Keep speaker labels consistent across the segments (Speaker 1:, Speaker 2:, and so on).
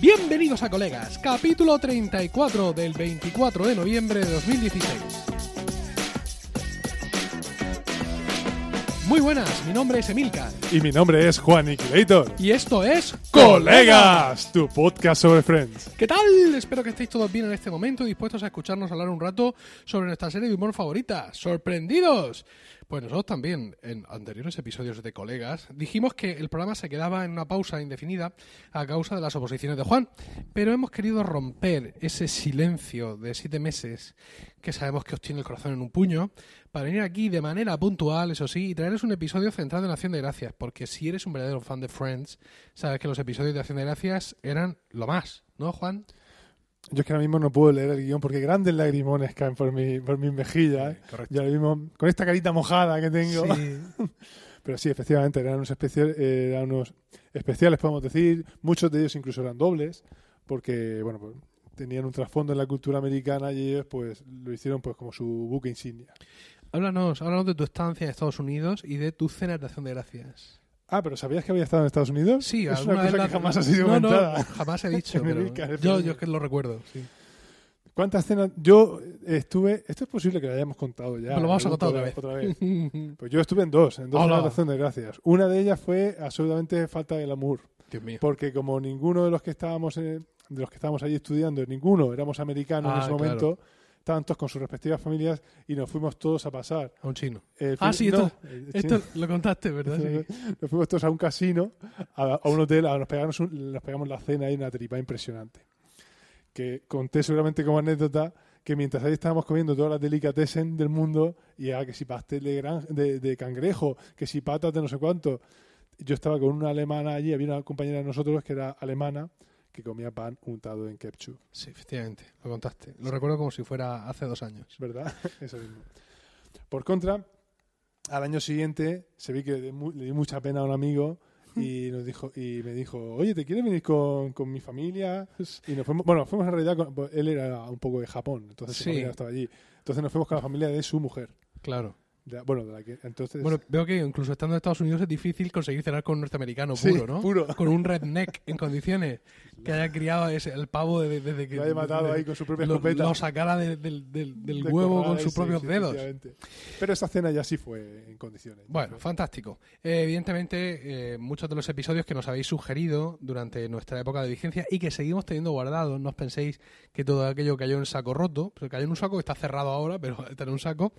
Speaker 1: Bienvenidos a Colegas, capítulo 34 del 24 de noviembre de 2016. Muy buenas, mi nombre es Emilcar
Speaker 2: Y mi nombre es Juan Iquilator.
Speaker 1: y esto es
Speaker 2: ¡Colegas! Tu podcast sobre Friends.
Speaker 1: ¿Qué tal? Espero que estéis todos bien en este momento y dispuestos a escucharnos hablar un rato sobre nuestra serie de humor favorita. ¡Sorprendidos! Pues nosotros también, en anteriores episodios de Colegas, dijimos que el programa se quedaba en una pausa indefinida a causa de las oposiciones de Juan, pero hemos querido romper ese silencio de siete meses que sabemos que os tiene el corazón en un puño para venir aquí de manera puntual, eso sí, y traerles un episodio centrado en Acción de Gracias, porque si eres un verdadero fan de Friends, sabes que los episodios de Acción de Gracias eran lo más, ¿no, Juan?
Speaker 2: Yo es que ahora mismo no puedo leer el guión porque grandes lagrimones caen por, mi, por mis mejillas.
Speaker 1: Sí, correcto.
Speaker 2: Y ahora mismo, con esta carita mojada que tengo. Pero sí, efectivamente, eran unos, especia- eh, eran unos especiales, podemos decir. Muchos de ellos incluso eran dobles, porque, bueno, pues, tenían un trasfondo en la cultura americana y ellos, pues, lo hicieron pues como su buque insignia.
Speaker 1: Háblanos, háblanos de tu estancia en Estados Unidos y de tu cena de Acción de Gracias.
Speaker 2: Ah, pero ¿sabías que había estado en Estados Unidos?
Speaker 1: Sí,
Speaker 2: es
Speaker 1: alguna
Speaker 2: una
Speaker 1: vez
Speaker 2: cosa
Speaker 1: la-
Speaker 2: que jamás ha sido
Speaker 1: no, no,
Speaker 2: comentada.
Speaker 1: jamás he dicho.
Speaker 2: En
Speaker 1: pero
Speaker 2: América, en
Speaker 1: yo,
Speaker 2: fin.
Speaker 1: yo es que lo recuerdo, sí.
Speaker 2: ¿Cuántas cenas? Yo eh, estuve. Esto es posible que lo hayamos contado ya.
Speaker 1: Pero lo vamos a
Speaker 2: algún-
Speaker 1: contar otra vez.
Speaker 2: Pues yo estuve en dos, en dos
Speaker 1: Hola.
Speaker 2: cenas de acción de gracias. Una de ellas fue absolutamente falta del amor,
Speaker 1: Dios mío.
Speaker 2: porque como ninguno de los que estábamos en- de los que estábamos allí estudiando, ninguno éramos americanos
Speaker 1: Ah,
Speaker 2: en ese
Speaker 1: claro.
Speaker 2: momento, estaban todos con sus respectivas familias y nos fuimos todos a pasar.
Speaker 1: A un chino.
Speaker 2: El
Speaker 1: Ah,
Speaker 2: fin-
Speaker 1: sí,
Speaker 2: no, eh,
Speaker 1: esto-
Speaker 2: el
Speaker 1: Esto lo contaste, ¿verdad? Sí.
Speaker 2: nos fuimos todos a un casino, a, a un hotel, a- nos, pegamos un- nos pegamos la cena y una tripa impresionante. Que conté seguramente como anécdota que mientras ahí estábamos comiendo todas las delicatessen del mundo, y ah, que si pastel de, gran- de, de cangrejo, que si patas de no sé cuánto, yo estaba con una alemana allí, había una compañera de nosotros que era alemana, que comía pan untado en ketchup,
Speaker 1: Sí, efectivamente, lo contaste. Lo recuerdo como si fuera hace dos años.
Speaker 2: ¿verdad? Eso mismo. Por contra, al año siguiente se vi que le, di mu- le di mucha pena a un amigo y nos dijo y me dijo oye te quieres venir con, con mi familia y nos fuimos bueno fuimos en realidad con- pues, él era un poco de Japón entonces su
Speaker 1: Sí.
Speaker 2: familia no estaba allí entonces nos fuimos con la familia de su mujer
Speaker 1: Claro.
Speaker 2: de la- bueno de la que entonces
Speaker 1: Bueno, veo que incluso estando en Estados Unidos es difícil conseguir cenar con un norteamericano
Speaker 2: sí,
Speaker 1: puro, ¿no?
Speaker 2: puro
Speaker 1: Con un redneck en condiciones que haya criado a ese, el pavo de- desde que.
Speaker 2: lo había matado
Speaker 1: de-
Speaker 2: ahí con su propia
Speaker 1: lo,
Speaker 2: escopeta
Speaker 1: lo sacara de- del, del- del
Speaker 2: de
Speaker 1: huevo
Speaker 2: corral,
Speaker 1: con sus
Speaker 2: sí,
Speaker 1: propios
Speaker 2: sí,
Speaker 1: dedos.
Speaker 2: efectivamente. pero esa cena ya sí fue en condiciones
Speaker 1: Bueno, fantástico. Eh, evidentemente, eh, muchos de los episodios que nos habéis sugerido durante nuestra época de vigencia y que seguimos teniendo guardados, no os penséis que todo aquello cayó en saco roto, pero cayó en un saco que está cerrado ahora, pero está en un saco.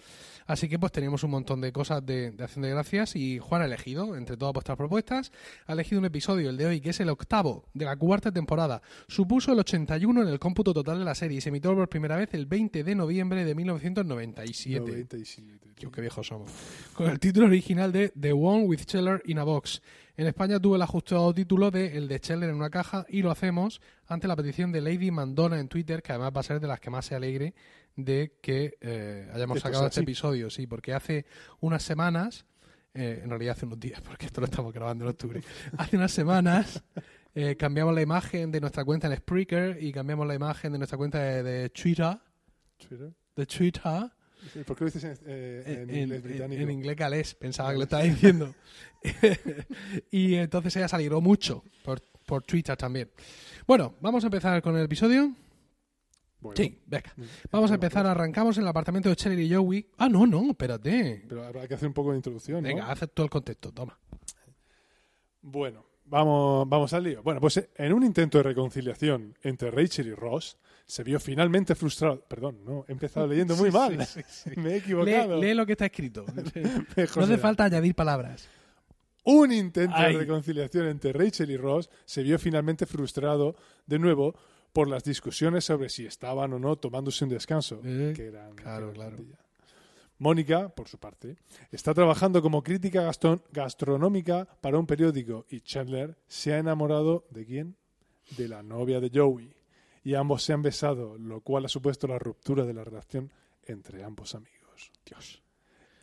Speaker 1: Así que pues teníamos un montón de cosas de, de Acción de Gracias y Juan ha elegido, entre todas vuestras propuestas, ha elegido un episodio, el de hoy, que es el octavo de la cuarta temporada. Supuso el 81 en el cómputo total de la serie y se emitió por primera vez el 20 de noviembre de 1997.
Speaker 2: 97.
Speaker 1: Yo qué viejos somos. Con el título original de The One with Scheller in a Box. En España tuvo el ajustado título de El de Scheller en una caja y lo hacemos ante la petición de Lady Mandona en Twitter, que además va a ser de las que más se alegre de que eh, hayamos
Speaker 2: Esto
Speaker 1: sacado
Speaker 2: sea
Speaker 1: este
Speaker 2: así.
Speaker 1: episodio, sí, porque hace unas semanas, eh, en realidad hace unos días, porque esto lo estamos grabando en octubre, hace unas semanas eh, cambiamos la imagen de nuestra cuenta en Spreaker y cambiamos la imagen de nuestra cuenta de, de Twitter, de Twitter
Speaker 2: ¿Por qué lo dices en, eh, en inglés británico?
Speaker 1: en inglés galés, pensaba que lo estaba diciendo. y entonces ella se alegró mucho por, por Twitter también. Bueno, vamos a empezar con el episodio.
Speaker 2: Bueno. mm,
Speaker 1: Sí, venga. Vamos a empezar, arrancamos en el apartamento de Cheryl y Joey. Ah, no, no, espérate.
Speaker 2: Pero habrá que hacer un poco de introducción, ¿no?
Speaker 1: Venga, haz todo el contexto, toma.
Speaker 2: Bueno, vamos, vamos al lío. Bueno, pues eh, en un intento de reconciliación entre Rachel y Ross, se vio finalmente frustrado. Perdón, no, he empezado leyendo muy
Speaker 1: Sí,
Speaker 2: mal.
Speaker 1: sí, sí, sí.
Speaker 2: Me he equivocado.
Speaker 1: Lee, lee lo que está escrito.
Speaker 2: Mejor
Speaker 1: No hace
Speaker 2: será.
Speaker 1: falta añadir palabras.
Speaker 2: Un intento
Speaker 1: Ay.
Speaker 2: de reconciliación entre Rachel y Ross se vio finalmente frustrado de nuevo por las discusiones sobre si estaban o no tomándose un descanso.
Speaker 1: Eh,
Speaker 2: que eran-
Speaker 1: claro,
Speaker 2: que eran
Speaker 1: claro.
Speaker 2: de ella. Mónica, por su parte, está trabajando como crítica gastón- gastronómica para un periódico y Chandler se ha enamorado de quién? De la novia de Joey. Y ambos se han besado, lo cual ha supuesto la ruptura de la relación entre ambos amigos.
Speaker 1: Dios.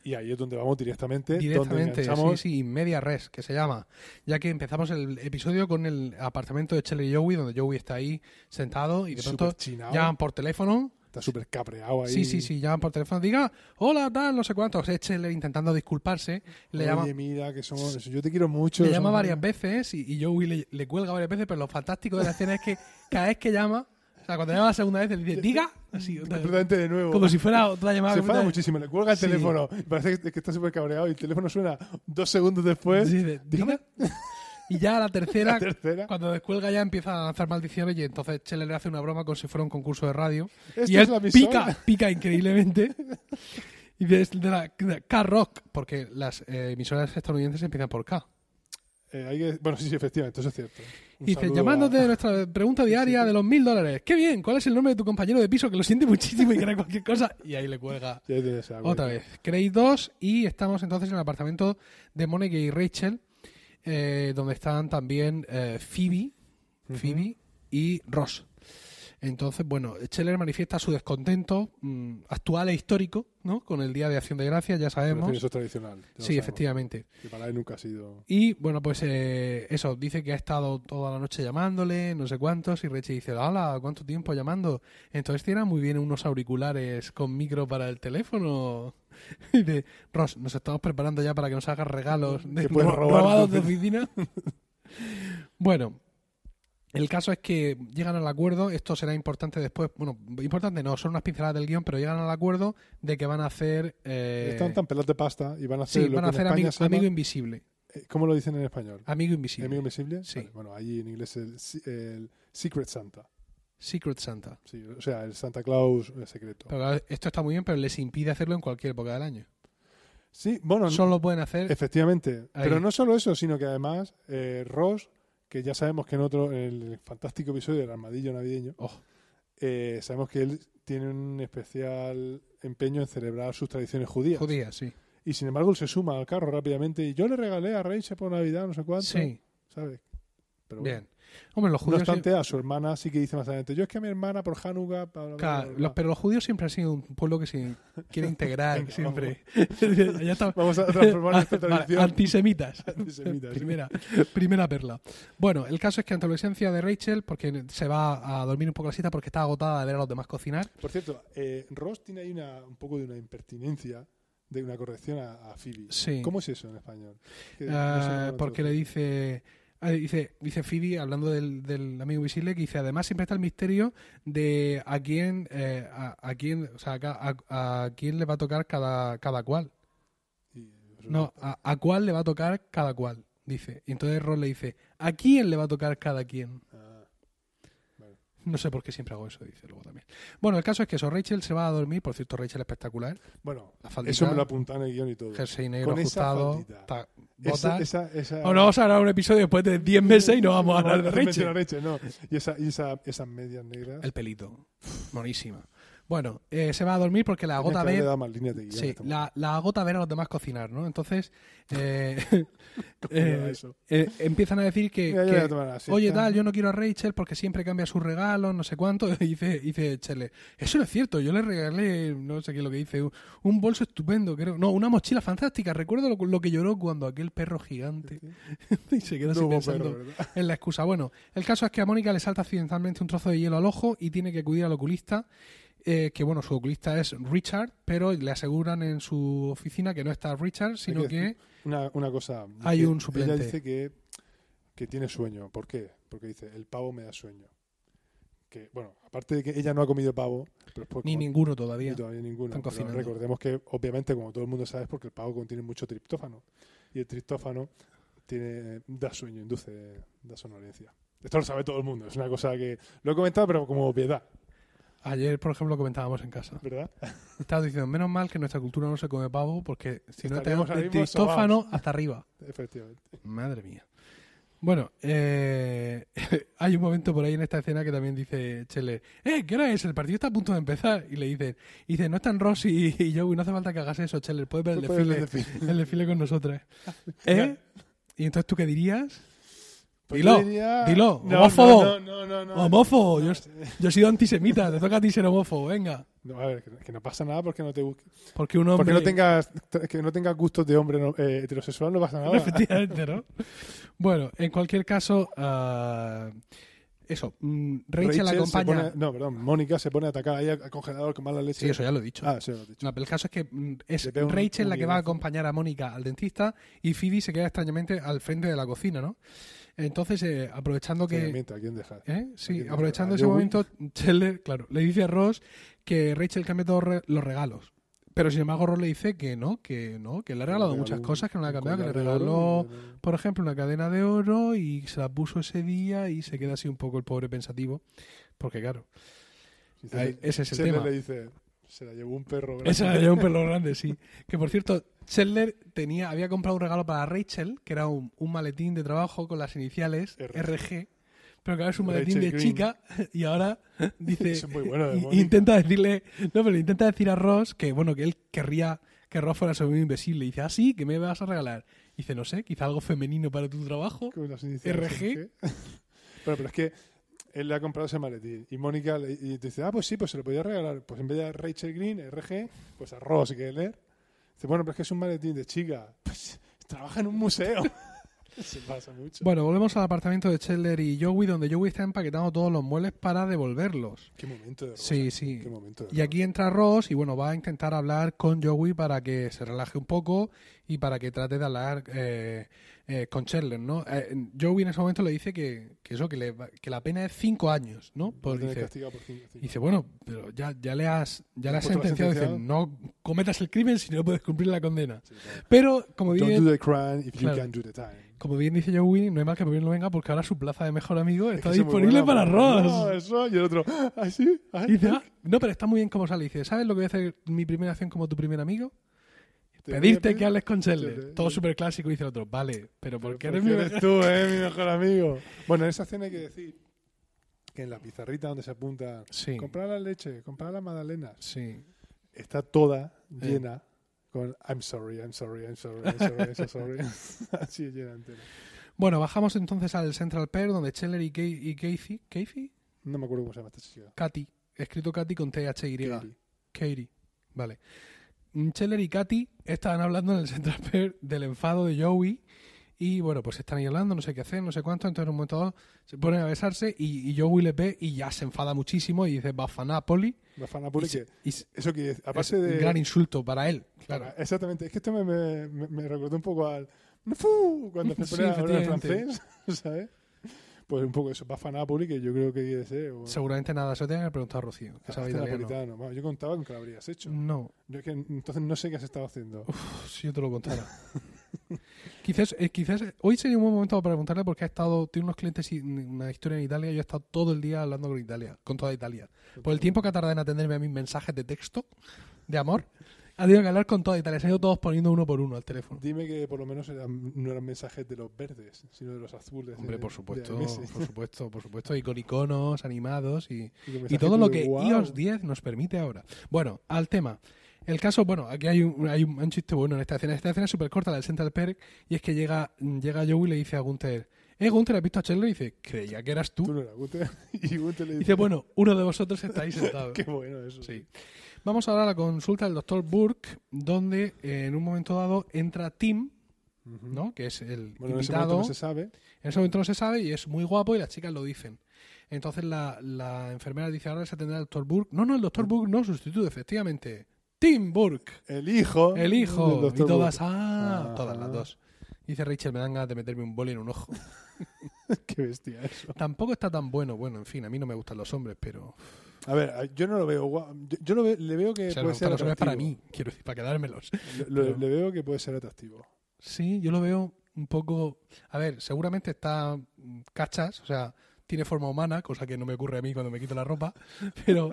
Speaker 2: Y ahí es donde vamos directamente, donde
Speaker 1: Directamente, sí,
Speaker 2: enganchamos
Speaker 1: sí, media res, que se llama. Ya que empezamos el episodio con el apartamento de Cheryl y Joey, donde Joey está ahí sentado y de pronto
Speaker 2: superchinao.
Speaker 1: Llaman por teléfono
Speaker 2: está súper cabreado ahí.
Speaker 1: Sí, sí, sí, llaman por teléfono, diga, hola, tal, no sé cuántos, échele intentando disculparse, le
Speaker 2: Oye,
Speaker 1: llama,
Speaker 2: mira, que somos, yo te quiero mucho.
Speaker 1: le llama
Speaker 2: somos-
Speaker 1: varias veces y, y Joey le, le cuelga varias veces, pero lo fantástico de la escena es que cada vez que llama, o sea, cuando llama la segunda vez, le dice, diga, así, otra vez,
Speaker 2: Completamente de nuevo.
Speaker 1: como si fuera otra llamada.
Speaker 2: se enfada
Speaker 1: completamente-
Speaker 2: muchísimo, le cuelga el
Speaker 1: Sí.
Speaker 2: teléfono. Parece que- que está súper cabreado y el teléfono suena dos segundos después.
Speaker 1: Sí, dice,
Speaker 2: Dígame.
Speaker 1: "Diga". Y ya la tercera,
Speaker 2: La tercera.
Speaker 1: cuando descuelga ya empieza a lanzar maldiciones y entonces Chele le hace una broma como si fuera un concurso de radio.
Speaker 2: Esta
Speaker 1: y
Speaker 2: es
Speaker 1: él
Speaker 2: la emisora.
Speaker 1: pica, pica increíblemente. Y de, de la de K-Rock, porque las eh, emisoras estadounidenses empiezan por K.
Speaker 2: Eh, hay que- bueno, sí, sí, efectivamente, eso es cierto. Un
Speaker 1: Y dice,
Speaker 2: saludo
Speaker 1: llamándote
Speaker 2: a-
Speaker 1: de nuestra pregunta diaria de los mil dólares. ¡Qué bien! ¿Cuál es el nombre de tu compañero de piso que lo siente muchísimo y quiere cualquier cosa? Y ahí le cuelga.
Speaker 2: Ya tienes algo.
Speaker 1: Otra vez, Creed 2 y estamos entonces en el apartamento de Monica y Rachel, eh, donde están también eh, Phoebe, Phoebe y Ross. Entonces, bueno, Scheller manifiesta su descontento mm, actual e histórico, ¿no? Con el Día de Acción de Gracias, ya
Speaker 2: Pero en fin,
Speaker 1: sabemos.
Speaker 2: Eso es tradicional. ya lo
Speaker 1: Sí,
Speaker 2: sabemos,
Speaker 1: efectivamente.
Speaker 2: Que para él nunca ha sido.
Speaker 1: Y bueno, pues eh, eso, dice que ha estado toda la noche llamándole, no sé cuántos, y Reche dice, hola, ¿cuánto tiempo llamando? Entonces tiene muy bien unos auriculares con micro para el teléfono. Y dice, Ross, nos estamos preparando ya para que nos hagas regalos de
Speaker 2: Que puedes
Speaker 1: ro-
Speaker 2: robar
Speaker 1: robados de
Speaker 2: tu-
Speaker 1: oficina. bueno, el caso es que llegan al acuerdo, esto será importante después, bueno, importante no, son unas pinceladas del guión, pero llegan al acuerdo de que van a hacer... eh,
Speaker 2: Están tan pelados de pasta y van a hacer
Speaker 1: sí,
Speaker 2: lo
Speaker 1: van
Speaker 2: que
Speaker 1: a
Speaker 2: en
Speaker 1: hacer
Speaker 2: España
Speaker 1: amigo,
Speaker 2: se llama-
Speaker 1: Amigo invisible.
Speaker 2: eh, ¿Cómo lo dicen en español?
Speaker 1: Amigo invisible.
Speaker 2: ¿Amigo invisible?
Speaker 1: Sí.
Speaker 2: Vale, bueno, ahí en inglés el, si- el Secret Santa.
Speaker 1: Secret Santa.
Speaker 2: Sí, o sea, el Santa Claus eh, secreto.
Speaker 1: Pero claro, esto está muy bien, pero les impide hacerlo en cualquier época del año.
Speaker 2: Sí, bueno,
Speaker 1: Solo lo pueden hacer.
Speaker 2: Efectivamente.
Speaker 1: Ahí.
Speaker 2: Pero no solo eso, sino que además eh, Ross, que ya sabemos que en otro, en el fantástico episodio del armadillo navideño,
Speaker 1: Oh.
Speaker 2: eh, sabemos que él tiene un especial empeño en celebrar sus tradiciones judías.
Speaker 1: Judías, sí.
Speaker 2: Y sin embargo, él se suma al carro rápidamente y yo le regalé a Rachel por Navidad, no sé cuánto.
Speaker 1: Sí,
Speaker 2: ¿Sabes? Pero bueno.
Speaker 1: bien. Hombre, los
Speaker 2: No
Speaker 1: judíos.
Speaker 2: obstante, a su hermana sí que dice más adelante, yo es que a mi hermana por Hanukkah... bla, bla, bla,
Speaker 1: sie- claro,
Speaker 2: bla, bla".
Speaker 1: los- pero los judíos siempre han sido un pueblo que se quiere integrar,
Speaker 2: Venga,
Speaker 1: siempre. ya está. Ah,
Speaker 2: Vamos a transformar nuestra
Speaker 1: Vale,
Speaker 2: tradición
Speaker 1: antisemitas.
Speaker 2: antisemita, sí.
Speaker 1: primera, primera perla. Bueno, el caso es que ante la ausencia de Rachel, porque se va a dormir un poco la cita porque está agotada de ver a los demás cocinar.
Speaker 2: Por cierto, eh, Ross tiene ahí una, un poco de una impertinencia, de una corrección a, a Phoebe.
Speaker 1: Sí.
Speaker 2: ¿Cómo es eso en español? Que no sé
Speaker 1: Ah,
Speaker 2: cómo lo
Speaker 1: porque le
Speaker 2: traducen.
Speaker 1: dice, ah, dice dice Phoebe hablando del, del amigo visible que dice además siempre está el misterio de a quién eh, a, a quién o sea a, ca- a- a quién le va a tocar cada cada cual
Speaker 2: Y eso
Speaker 1: no a, a cuál le va a tocar cada cual dice y entonces Ron le dice a quién le va a tocar cada quien
Speaker 2: ah, vale.
Speaker 1: no sé por qué siempre hago eso dice luego también bueno el caso es que eso Rachel se va a dormir por cierto Rachel espectacular
Speaker 2: Bueno,
Speaker 1: la faldita
Speaker 2: eso me lo apuntan en el guión y todo.
Speaker 1: jersey negro
Speaker 2: Con esa
Speaker 1: ajustado
Speaker 2: faldita.
Speaker 1: ta-
Speaker 2: Esa,
Speaker 1: botas
Speaker 2: esa, esa-
Speaker 1: Ahora vamos a grabar un episodio después de 10 meses y no vamos a hablar de
Speaker 2: No menciono
Speaker 1: Rachel.
Speaker 2: a Rachel, no. Y, esa, y esa- esas medias negras.
Speaker 1: El pelito. Monísima. Bueno, eh, se va a dormir porque la
Speaker 2: Tenían que
Speaker 1: agota
Speaker 2: haberle
Speaker 1: ver.
Speaker 2: dado más líneas de guión a
Speaker 1: Sí,
Speaker 2: esta mujer.
Speaker 1: la, la agota ver a los demás cocinar, ¿no? Entonces eh,
Speaker 2: Mira
Speaker 1: eh,
Speaker 2: eso.
Speaker 1: eh, empiezan a decir que,
Speaker 2: Mira, yo
Speaker 1: que,
Speaker 2: voy a tomar la siesta.
Speaker 1: oye tal, yo no quiero a Rachel porque siempre cambia sus regalos, no sé cuánto. Y dice, dice Chele, eso no es cierto, yo le regalé, no sé qué es lo que dice, un, un bolso estupendo, creo. No, una mochila fantástica. Recuerdo lo, lo que lloró cuando aquel perro gigante y se quedó
Speaker 2: No
Speaker 1: así
Speaker 2: hubo
Speaker 1: pensando
Speaker 2: perro, ¿verdad?
Speaker 1: es la excusa. Bueno, el caso es que a Mónica le salta accidentalmente un trozo de hielo al ojo y tiene que acudir al oculista, eh, que bueno, su oculista es Richard, pero le aseguran en su oficina que no está Richard, sino
Speaker 2: Hay que
Speaker 1: que...
Speaker 2: decir Una, una cosa.
Speaker 1: Hay
Speaker 2: que
Speaker 1: un suplente.
Speaker 2: Ella dice que, que tiene sueño. ¿Por qué? Porque dice, el pavo me da sueño. Que, bueno, aparte de que ella no ha comido pavo, pero es porque
Speaker 1: Ni
Speaker 2: como-
Speaker 1: ninguno todavía.
Speaker 2: ni todavía ninguno.
Speaker 1: Están
Speaker 2: Pero
Speaker 1: cocinando.
Speaker 2: recordemos que, obviamente, como todo el mundo sabe, es porque el pavo contiene mucho triptófano. Y el triptófano tiene, da sueño, induce, da sonolencia. Esto lo sabe todo el mundo. Es una cosa que lo he comentado, pero como obviedad,
Speaker 1: Ayer, por ejemplo, comentábamos en casa.
Speaker 2: ¿verdad?
Speaker 1: Estabas diciendo, menos mal que en nuestra cultura no se come pavo porque si no
Speaker 2: Estaríamos
Speaker 1: tenemos
Speaker 2: ahora
Speaker 1: el
Speaker 2: mismo
Speaker 1: tristófano hasta arriba.
Speaker 2: Efectivamente.
Speaker 1: Madre mía. Bueno, eh, hay un momento por ahí en esta escena que también dice Chele, ¡eh, qué hora es! El partido está a punto de empezar. Y le dicen, y dice, no están Ross y, y Joey, no hace falta que hagas eso, Chele, puedes ver el
Speaker 2: Puedes ver el
Speaker 1: desfile, el desfile con nosotras. ¿Eh?
Speaker 2: Genial.
Speaker 1: ¿Y entonces tú qué dirías?
Speaker 2: Pues
Speaker 1: Dilo,
Speaker 2: yo diría-
Speaker 1: dilo,
Speaker 2: No,
Speaker 1: homófobo.
Speaker 2: No, no, no, no, no.
Speaker 1: homófobo,
Speaker 2: no,
Speaker 1: "Oh, yo,
Speaker 2: sí.
Speaker 1: yo he sido antisemita, te toca a ti ser homófobo, venga.
Speaker 2: No, a ver, que, que no pasa nada porque no te busque-
Speaker 1: Porque un hombre...
Speaker 2: Porque no tengas, que no tengas gustos de hombre no- eh, heterosexual no pasa nada.
Speaker 1: Efectivamente, ¿no? Bueno, en cualquier caso, ah, Eso, mm, Rachel, la acompaña.
Speaker 2: se pone- no, perdón, Mónica se pone a atacar ahí al congelador con mala leche.
Speaker 1: Sí, eso ya lo he dicho.
Speaker 2: Ah, sí, lo has dicho.
Speaker 1: No, pero el caso es que mm, es
Speaker 2: Le pega un-
Speaker 1: Rachel
Speaker 2: un
Speaker 1: la que va a
Speaker 2: guiñazo.
Speaker 1: acompañar a Mónica al dentista y Phoebe se queda extrañamente al frente de la cocina, ¿no? Entonces, eh, aprovechando
Speaker 2: Oye,
Speaker 1: que...
Speaker 2: mienta, ¿a quién dejar?
Speaker 1: ¿eh? Sí,
Speaker 2: Oye,
Speaker 1: aprovechando
Speaker 2: a
Speaker 1: ese
Speaker 2: Joey.
Speaker 1: momento, Chandler, claro, le dice a Ross que Rachel cambia todos re- los regalos. Pero sin embargo, Ross le dice que no, que no, que le ha regalado
Speaker 2: regaló
Speaker 1: muchas
Speaker 2: un-
Speaker 1: cosas, que no le ha
Speaker 2: un
Speaker 1: cambiado, que le
Speaker 2: collar de oro,
Speaker 1: regaló
Speaker 2: un-
Speaker 1: por ejemplo, una cadena de oro y se la puso ese día y se queda así un poco el pobre pensativo. Porque claro, ahí- ese es el
Speaker 2: Chandler
Speaker 1: tema.
Speaker 2: eh, le dice, se la llevó un perro. grande".
Speaker 1: Esa era un pelo grande, sí. Que por cierto, Chandler tenía, había comprado un regalo para Rachel, que era un, un maletín de trabajo con las iniciales
Speaker 2: RG.
Speaker 1: RG. Pero que ahora es un maletín de
Speaker 2: Rachel Green.
Speaker 1: chica y ahora dice...
Speaker 2: Eso es muy bueno de
Speaker 1: i-
Speaker 2: Mónica.
Speaker 1: intenta decirle... No, pero intenta decir a Ross que, bueno, que él querría que Ross fuera su amigo invisible. Y dice, ah, sí, ¿qué me vas a regalar? Y dice, no sé, quizá algo femenino para tu trabajo.
Speaker 2: Con las iniciales
Speaker 1: RG.
Speaker 2: bueno, pero es que él le ha comprado ese maletín. Y Mónica le y dice, ah, pues sí, pues se lo podía regalar. Pues en vez de a Rachel Green, RG, pues a Ross Geller. Dice, bueno, pero es que es un maletín de chica. Pues trabaja en un museo. se pasa mucho.
Speaker 1: Bueno, volvemos al apartamento de Chandler y Joey, donde Joey está empaquetando todos los muebles para devolverlos.
Speaker 2: Qué momento de Ross.
Speaker 1: Sí, sí.
Speaker 2: Qué momento de
Speaker 1: Y aquí entra Ross y bueno, va a intentar hablar con Joey para que se relaje un poco y para que trate de hablar eh, eh, con Chandler, ¿no? Eh, Joey en ese momento le dice que, que eso, que, le va- que la pena es cinco años, ¿no?
Speaker 2: Ross. Va a
Speaker 1: Pues
Speaker 2: tener
Speaker 1: dice,
Speaker 2: castigado por cinco- cinco.
Speaker 1: dice, bueno, pero ya, ya le has, ya le has
Speaker 2: Pues tú lo has
Speaker 1: sentenciado. Dice,
Speaker 2: sentenciado.
Speaker 1: no cometas el crimen si no puedes cumplir la condena.
Speaker 2: Sí, claro.
Speaker 1: Pero, como
Speaker 2: Don't
Speaker 1: "Ah, bien,
Speaker 2: do the crime if you
Speaker 1: Claro.
Speaker 2: can do the time.
Speaker 1: como bien dice Joey, no hay mal que por bien no venga porque ahora su plaza de mejor amigo
Speaker 2: Es
Speaker 1: está
Speaker 2: que es muy
Speaker 1: disponible
Speaker 2: buena,
Speaker 1: para
Speaker 2: porque-
Speaker 1: Ross.
Speaker 2: No, es Ross. Y el otro, ¿ah, sí? ¿Ah,
Speaker 1: Y dice, ah, no, pero está muy bien como sale. Dice, ¿sabes lo que voy a hacer mi primera acción como tu primer amigo?
Speaker 2: te voy a
Speaker 1: Pedirte
Speaker 2: pedir-
Speaker 1: que hables con
Speaker 2: Chandler,
Speaker 1: Chandler. Todo
Speaker 2: sí.
Speaker 1: súper clásico. Dice el otro, vale, pero ¿por qué
Speaker 2: Porque
Speaker 1: eres mi
Speaker 2: eres tú, eh, mi mejor amigo. Bueno, en esa escena hay que decir que en la pizarrita donde se apunta
Speaker 1: Sí,
Speaker 2: comprar la leche, comprar las magdalenas,
Speaker 1: sí.
Speaker 2: está toda llena con I'm sorry, I'm sorry, I'm sorry, I'm sorry, I'm so sorry. Así es llena entera.
Speaker 1: Bueno, bajamos entonces al Central Pair donde Chandler y, Ca- y Casey, Casey,
Speaker 2: No me acuerdo cómo se llama esta chica.
Speaker 1: Katy, escrito Katy con THY. Katie.
Speaker 2: Katie.
Speaker 1: Katie. Vale. Mm, Chandler y Katy estaban hablando en el Central Pair del enfado de Joey. Y bueno, pues están ahí hablando, no sé qué hacer, no sé cuánto. Entonces, en un momento dado, se ponen a besarse y, y Joey les ve y ya se enfada muchísimo y dice, va Napoli.
Speaker 2: La Fanapoli,
Speaker 1: Y se-
Speaker 2: que
Speaker 1: y se-
Speaker 2: eso que es-
Speaker 1: es
Speaker 2: aparte
Speaker 1: un
Speaker 2: de... Ah,
Speaker 1: gran insulto para él, claro.
Speaker 2: Exactamente, es que esto me, me, me- me recordó un poco al "Nufu", cuando se
Speaker 1: Sí,
Speaker 2: pone a hablar en
Speaker 1: efectivamente.
Speaker 2: francés, ¿sabes? Pues un poco eso, Bafa Napoli, que yo creo que quiere ser. o-
Speaker 1: Seguramente nada, eso tiene que preguntar a Rocío, que Mm.
Speaker 2: Ah,
Speaker 1: sabe
Speaker 2: este
Speaker 1: italiano.
Speaker 2: napolitano. Vamos, yo contaba con que lo habrías hecho.
Speaker 1: No,
Speaker 2: Yo es que entonces no sé qué has estado haciendo.
Speaker 1: pf, si yo te lo contara. quizás, eh, quizás hoy sería un buen momento para preguntarle porque ha estado, tiene unos clientes y una historia en Italia y yo he estado todo el día hablando con Italia, con toda Italia. Por el tiempo que ha tardado en atenderme a mis mensajes de texto, de amor, ha tenido que hablar con toda Italia. Se han ido todos poniendo uno por uno al teléfono.
Speaker 2: Dime que por lo menos eran- no eran mensajes de los verdes, sino de los azules.
Speaker 1: Hombre,
Speaker 2: de-
Speaker 1: por
Speaker 2: de
Speaker 1: supuesto,
Speaker 2: Messi.
Speaker 1: por supuesto, por supuesto, y con iconos animados y,
Speaker 2: Y, con
Speaker 1: y
Speaker 2: mensajitos
Speaker 1: todo lo
Speaker 2: de,
Speaker 1: que
Speaker 2: "Guau".
Speaker 1: iOS 10 nos permite ahora. Bueno, al tema. El caso, bueno, aquí hay un, hay un, un chiste bueno en esta escena. Esta escena es súper corta, la del Central Perk, y es que llega, llega Joey y le dice a Gunther, eh, Gunther, ¿has visto a Chandler? Y dice, creía que eras
Speaker 2: Tú
Speaker 1: tú.
Speaker 2: no eras Gunther. Y Gunther le
Speaker 1: Y
Speaker 2: dice,
Speaker 1: dice, bueno, uno de vosotros está ahí sentado.
Speaker 2: qué bueno eso.
Speaker 1: Sí. Vamos ahora a la consulta del doctor Burke, donde eh, en un momento dado entra Tim,
Speaker 2: Ujú.
Speaker 1: ¿no? Que es el
Speaker 2: Bueno, en ese momento
Speaker 1: invitado.
Speaker 2: no se sabe.
Speaker 1: En ese momento no se sabe y es muy guapo y las chicas lo dicen. Entonces la, la enfermera dice, ahora se atenderá al doctor Burke. No, no, el doctor Burke no sustituye, efectivamente. Tim Burke,
Speaker 2: El hijo.
Speaker 1: el hijo.
Speaker 2: del
Speaker 1: Y
Speaker 2: Dr.
Speaker 1: todas, ah,
Speaker 2: Ajá.
Speaker 1: todas las dos. Dice Rachel, me dan ganas de meterme un boli en un ojo.
Speaker 2: Burke. qué bestia eso.
Speaker 1: Tampoco está tan bueno. Bueno, en fin, a mí no me gustan los hombres, pero...
Speaker 2: A ver, yo no lo veo guau. Yo, yo lo ve- le veo que
Speaker 1: O sea, me
Speaker 2: Eh, puede
Speaker 1: gustan
Speaker 2: ser
Speaker 1: los hombres
Speaker 2: atractivo.
Speaker 1: para mí, quiero decir, para quedármelos.
Speaker 2: Lo- lo-
Speaker 1: pero-
Speaker 2: Le veo que puede ser atractivo.
Speaker 1: Sí, yo lo veo un poco... A ver, seguramente está mm, cachas, o sea, tiene forma humana, cosa que no me ocurre a mí cuando me quito la ropa, pero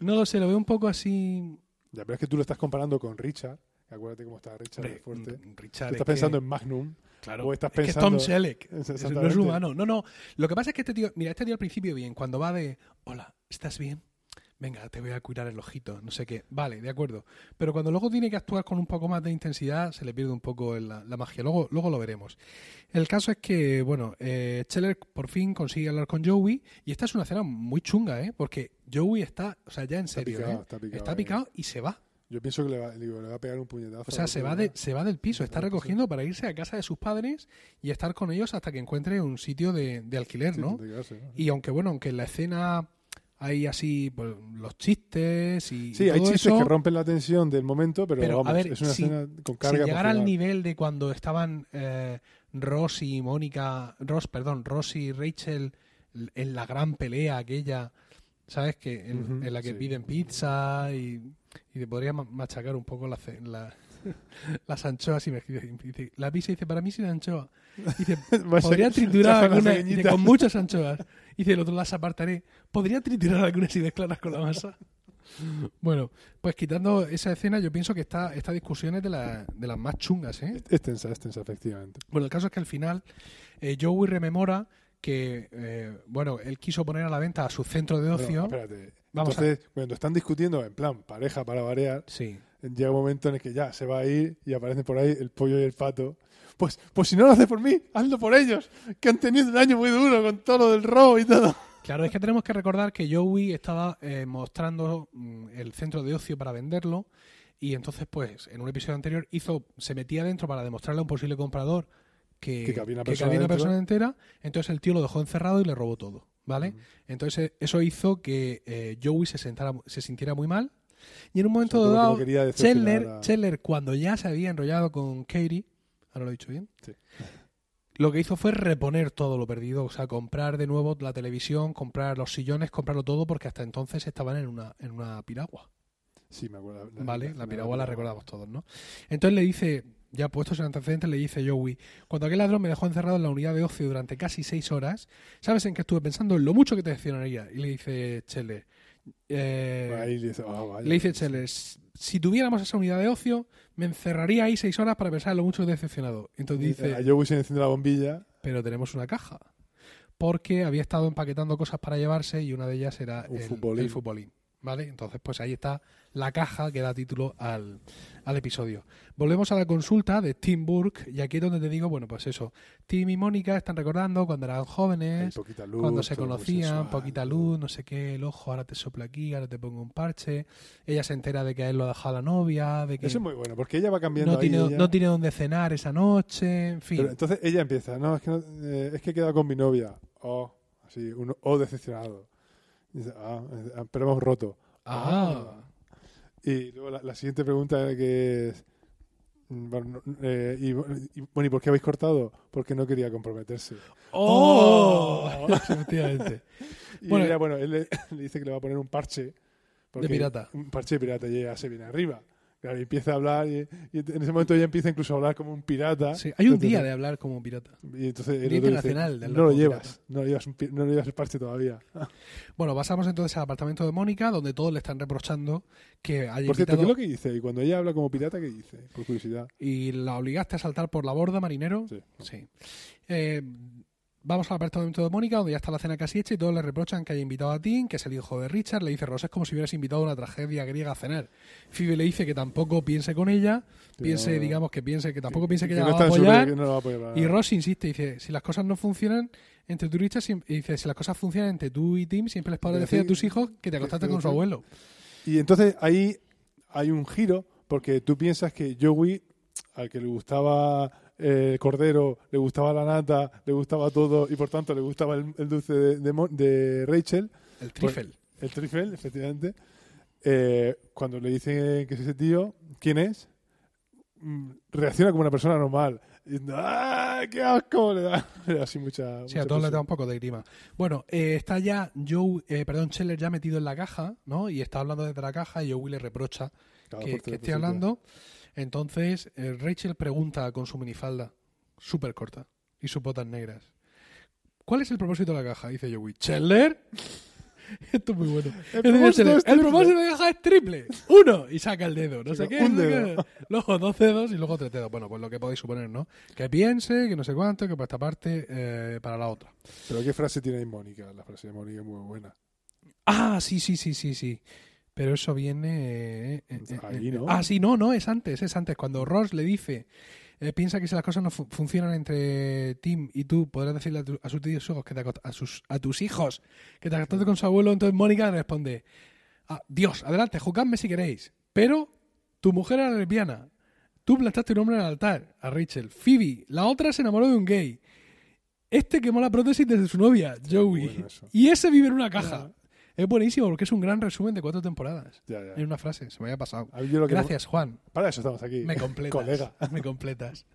Speaker 1: no lo sé, lo veo un poco así...
Speaker 2: Ya, pero es que tú lo estás comparando con Richard. Acuérdate cómo está Richard de
Speaker 1: Hombre,
Speaker 2: fuerte.
Speaker 1: mm, Richard,
Speaker 2: Estás
Speaker 1: es que-
Speaker 2: pensando en Magnum.
Speaker 1: claro,
Speaker 2: o estás
Speaker 1: es que es
Speaker 2: pensando-
Speaker 1: Tom Selleck. Es- No es
Speaker 2: Exactamente.
Speaker 1: humano. No, no. Lo que pasa es que este tío, mira, este tío al principio bien, cuando va de, hola, ¿estás bien? Venga, te voy a cuidar el ojito, no sé qué. Vale, de acuerdo. Pero cuando luego tiene que actuar con un poco más de intensidad, se le pierde un poco la, la magia. Luego, luego lo veremos. El caso es que, bueno, eh, Scheller por fin consigue hablar con Joey. Y esta es una escena muy chunga, ¿eh? Porque Joey está, o sea, ya en
Speaker 2: Está
Speaker 1: serio,
Speaker 2: picado,
Speaker 1: ¿eh?
Speaker 2: está picado,
Speaker 1: Está
Speaker 2: eh.
Speaker 1: picado y se va.
Speaker 2: Yo pienso que le va, digo, le va a pegar un puñetazo.
Speaker 1: O sea, se va, de, se va del piso, está recogiendo para irse a casa de sus padres y estar con ellos hasta que encuentre un sitio de, de alquiler, ¿no? Y aunque, bueno, aunque en la escena hay así pues, los chistes y.
Speaker 2: Sí,
Speaker 1: y
Speaker 2: hay
Speaker 1: todo
Speaker 2: chistes
Speaker 1: eso,
Speaker 2: que rompen la tensión del momento, pero,
Speaker 1: Pero, a
Speaker 2: vamos,
Speaker 1: ver,
Speaker 2: es una
Speaker 1: si-
Speaker 2: escena con
Speaker 1: sin
Speaker 2: carga.
Speaker 1: llegar al
Speaker 2: emocional.
Speaker 1: nivel de cuando estaban eh, Ross y Mónica. Ross, perdón, Ross y Rachel en la gran pelea aquella, ¿sabes? que En,
Speaker 2: Ujú,
Speaker 1: en la que
Speaker 2: sí.
Speaker 1: piden pizza y, y te podría ma- machacar un poco la ce- la- las anchoas y me dice, la pizza dice, para mí sin anchoa. Dice,
Speaker 2: Va a ser-
Speaker 1: podría triturar
Speaker 2: chafa la
Speaker 1: algunas dice,
Speaker 2: ceñita.
Speaker 1: con muchas anchoas. Dice, el otro las apartaré. Podría triturar algunas y mezclarlas con la masa. Bueno, pues quitando esa escena, yo pienso que esta, esta discusión es de, la- de las más chungas, ¿eh?
Speaker 2: Es tensa, es tensa, efectivamente.
Speaker 1: Bueno, el caso es que al final eh, Joey rememora que, eh, bueno, él quiso poner a la venta a su centro de
Speaker 2: Bueno,
Speaker 1: ocio.
Speaker 2: espérate.
Speaker 1: Vamos a-
Speaker 2: Entonces, cuando están discutiendo, en plan, pareja para variar,
Speaker 1: sí.
Speaker 2: llega un momento en el que ya se va a ir y aparecen por ahí el pollo y el pato. Pues, pues si no lo haces por mí, hazlo por ellos, que han tenido un año muy duro con todo lo del robo y todo.
Speaker 1: Claro, es que tenemos que recordar que Joey estaba eh, mostrando mm, el centro de ocio para venderlo y entonces, pues, en un episodio anterior hizo, se metía dentro para demostrarle a un posible comprador que,
Speaker 2: Que cabía una
Speaker 1: que
Speaker 2: persona
Speaker 1: cabía una
Speaker 2: dentro.
Speaker 1: persona entera. Entonces el tío lo dejó encerrado y le robó todo, ¿vale? Entonces eso hizo que eh, Joey se, sentara, se sintiera muy mal y en un momento
Speaker 2: Sobre todo que
Speaker 1: dado,
Speaker 2: no quería decepcionar
Speaker 1: Chandler,
Speaker 2: a-
Speaker 1: Chandler, cuando ya se había enrollado con Katie, ahora lo he dicho bien,
Speaker 2: Sí.
Speaker 1: lo que hizo fue reponer todo lo perdido, o sea, comprar de nuevo la televisión, comprar los sillones, comprarlo todo, porque hasta entonces estaban en una, en una piragua,
Speaker 2: Sí, me acuerdo.
Speaker 1: ¿vale? La piragua la recordamos todos, ¿no? Entonces le dice, ya puestos en antecedentes, le dice Joey, cuando aquel ladrón me dejó encerrado en la unidad de ocio durante casi seis horas, ¿sabes en qué estuve pensando? En lo mucho que te decepcionaría. Y le dice Chele, eh,
Speaker 2: Ahí le dice, "Ah, vaya".
Speaker 1: le dice Scheller, si tuviéramos esa unidad de ocio, me encerraría ahí seis horas para pensar lo mucho que he decepcionado. Entonces
Speaker 2: A
Speaker 1: dice,
Speaker 2: Joey se le enciende la bombilla.
Speaker 1: pero tenemos una caja. Porque había estado empaquetando cosas para llevarse y una de ellas era
Speaker 2: Un
Speaker 1: el
Speaker 2: futbolín.
Speaker 1: el futbolín. ¿Vale? Entonces, pues ahí está la caja que da título al, al episodio. Volvemos a la consulta de Tim Burke, y aquí es donde te digo, bueno, pues eso. Tim y Mónica están recordando cuando eran
Speaker 2: Hay
Speaker 1: jóvenes,
Speaker 2: poquita luz.
Speaker 1: cuando se
Speaker 2: todo muy
Speaker 1: conocían,
Speaker 2: sensual,
Speaker 1: poquita
Speaker 2: todo.
Speaker 1: luz, no sé qué, el ojo, ahora te soplo aquí, ahora te pongo un parche. Ella se entera de que a él lo ha dejado la novia, de que
Speaker 2: Eso es muy bueno, porque ella va cambiando
Speaker 1: eh, no,
Speaker 2: ahí,
Speaker 1: tiene,
Speaker 2: ella-
Speaker 1: no tiene dónde cenar esa noche, en fin.
Speaker 2: Pero entonces ella empieza, no, es que, no- eh, es que he quedado con mi novia. O, así, un O decepcionado. Y dice, ah, eh, pero hemos roto.
Speaker 1: ah,
Speaker 2: Y luego la, la siguiente pregunta que es, mm, bueno, no, eh, y, y- bueno, ¿y por qué habéis cortado? Porque no quería comprometerse.
Speaker 1: ¡Oh! Efectivamente.
Speaker 2: Y
Speaker 1: Bueno,
Speaker 2: bueno, bueno, él le, le dice que le va a poner un parche.
Speaker 1: pirata.
Speaker 2: Un parche de pirata y ella se viene arriba. Claro, y empieza a hablar y, y en ese momento ella empieza incluso a hablar como un pirata.
Speaker 1: Sí, hay un
Speaker 2: Ah. Entonces,
Speaker 1: día de hablar como pirata.
Speaker 2: Y entonces el
Speaker 1: Día
Speaker 2: otro dice,
Speaker 1: internacional del
Speaker 2: no lo
Speaker 1: loco
Speaker 2: llevas, no lo llevas, un pi- no lo llevas el parche todavía.
Speaker 1: Bueno, pasamos entonces al apartamento de Mónica, donde todos le están reprochando que haya
Speaker 2: Por cierto, ¿qué es
Speaker 1: invitado-
Speaker 2: lo que dice? Y cuando ella habla como pirata, ¿qué dice? Por curiosidad.
Speaker 1: y la obligaste a saltar por la borda, marinero.
Speaker 2: Sí.
Speaker 1: Sí. Eh, vamos al apartamento de Mónica, donde ya está la cena casi hecha y todos le reprochan que haya invitado a Tim, que es el hijo de Richard. Le dice, Rosa, es como si hubieras invitado a una tragedia griega a cenar. Phoebe le dice que tampoco piense con ella,
Speaker 2: Que
Speaker 1: piense,
Speaker 2: no-
Speaker 1: digamos, que piense que tampoco piense que,
Speaker 2: no
Speaker 1: ella la va
Speaker 2: está
Speaker 1: a
Speaker 2: en su-
Speaker 1: apoyar.
Speaker 2: que no la va a apoyar para
Speaker 1: Y
Speaker 2: nada.
Speaker 1: Ross insiste, dice, si las cosas no funcionan entre tú y Richard, siem- y dice, si las cosas funcionan entre tú y Tim, siempre les podrás
Speaker 2: Pero sí,
Speaker 1: decir a tus hijos que te acostaste
Speaker 2: pero
Speaker 1: con su
Speaker 2: sí.
Speaker 1: abuelo.
Speaker 2: Y entonces ahí hay un giro, porque tú piensas que Joey, al que le gustaba eh, el cordero, le gustaba la nata, le gustaba todo, y por tanto le gustaba el, el dulce de, de Mon- de Rachel,
Speaker 1: El trifle.
Speaker 2: el trifle, efectivamente, eh, cuando le dicen que es ese tío, ¿quién es? Mm, Reacciona como una persona normal. Diciendo, ¡ah, qué asco! Le da, le da así mucha.
Speaker 1: Sí,
Speaker 2: mucha
Speaker 1: a todos les
Speaker 2: presión.
Speaker 1: da un poco de grima. Bueno, eh, está ya Joe, eh, perdón, Scheller ya metido en la caja, ¿no? Y está hablando desde la caja y Joey le reprocha
Speaker 2: Claro,
Speaker 1: que,
Speaker 2: por
Speaker 1: que
Speaker 2: tener
Speaker 1: esté
Speaker 2: presencia.
Speaker 1: hablando. Entonces, eh, Rachel pregunta con su minifalda, súper corta, y sus botas negras. ¿Cuál es el propósito de la caja? Dice Joey. ¿Scheller? Esto es muy bueno.
Speaker 2: El
Speaker 1: Es decir,
Speaker 2: propósito
Speaker 1: Scheller, El
Speaker 2: es triple".
Speaker 1: propósito de la caja es triple. Uno, y saca el dedo. No sé
Speaker 2: Saca
Speaker 1: qué.
Speaker 2: un
Speaker 1: no sé qué.
Speaker 2: dedo.
Speaker 1: Luego dos dedos y luego tres dedos. Bueno, pues lo que podéis suponer, ¿no? Que piense, que no sé cuánto, que para esta parte, eh, para la otra.
Speaker 2: Pero qué frase tiene ahí Mónica. La frase de Mónica es muy buena.
Speaker 1: Ah, sí, sí, sí, sí, sí. Pero eso viene. eh, eh, eh,
Speaker 2: Pues Ahí,
Speaker 1: eh.
Speaker 2: ¿no?
Speaker 1: Ah, sí, no, no, es antes, es antes. Cuando Ross le dice, eh, piensa que si las cosas no fu- funcionan entre Tim y tú, podrás decirle a, tu- a sus tíos hijos que te acost- a, sus, a tus hijos que te acostaste con su abuelo. Entonces Mónica le responde: "Ah, Dios, adelante, juzgadme si queréis, pero Tu mujer era lesbiana. Tú plantaste un hombre en el altar a Rachel. Phoebe, la otra se enamoró de un gay. Este quemó la prótesis desde su novia, Joey.
Speaker 2: bueno eso.
Speaker 1: y ese vive en una caja. Es buenísimo porque es un gran resumen de cuatro temporadas.
Speaker 2: Ya, ya.
Speaker 1: En una frase, se me había pasado.
Speaker 2: A mí yo lo que no-
Speaker 1: Gracias, Juan.
Speaker 2: Para eso estamos aquí.
Speaker 1: Me completas.
Speaker 2: Colega.
Speaker 1: Me completas.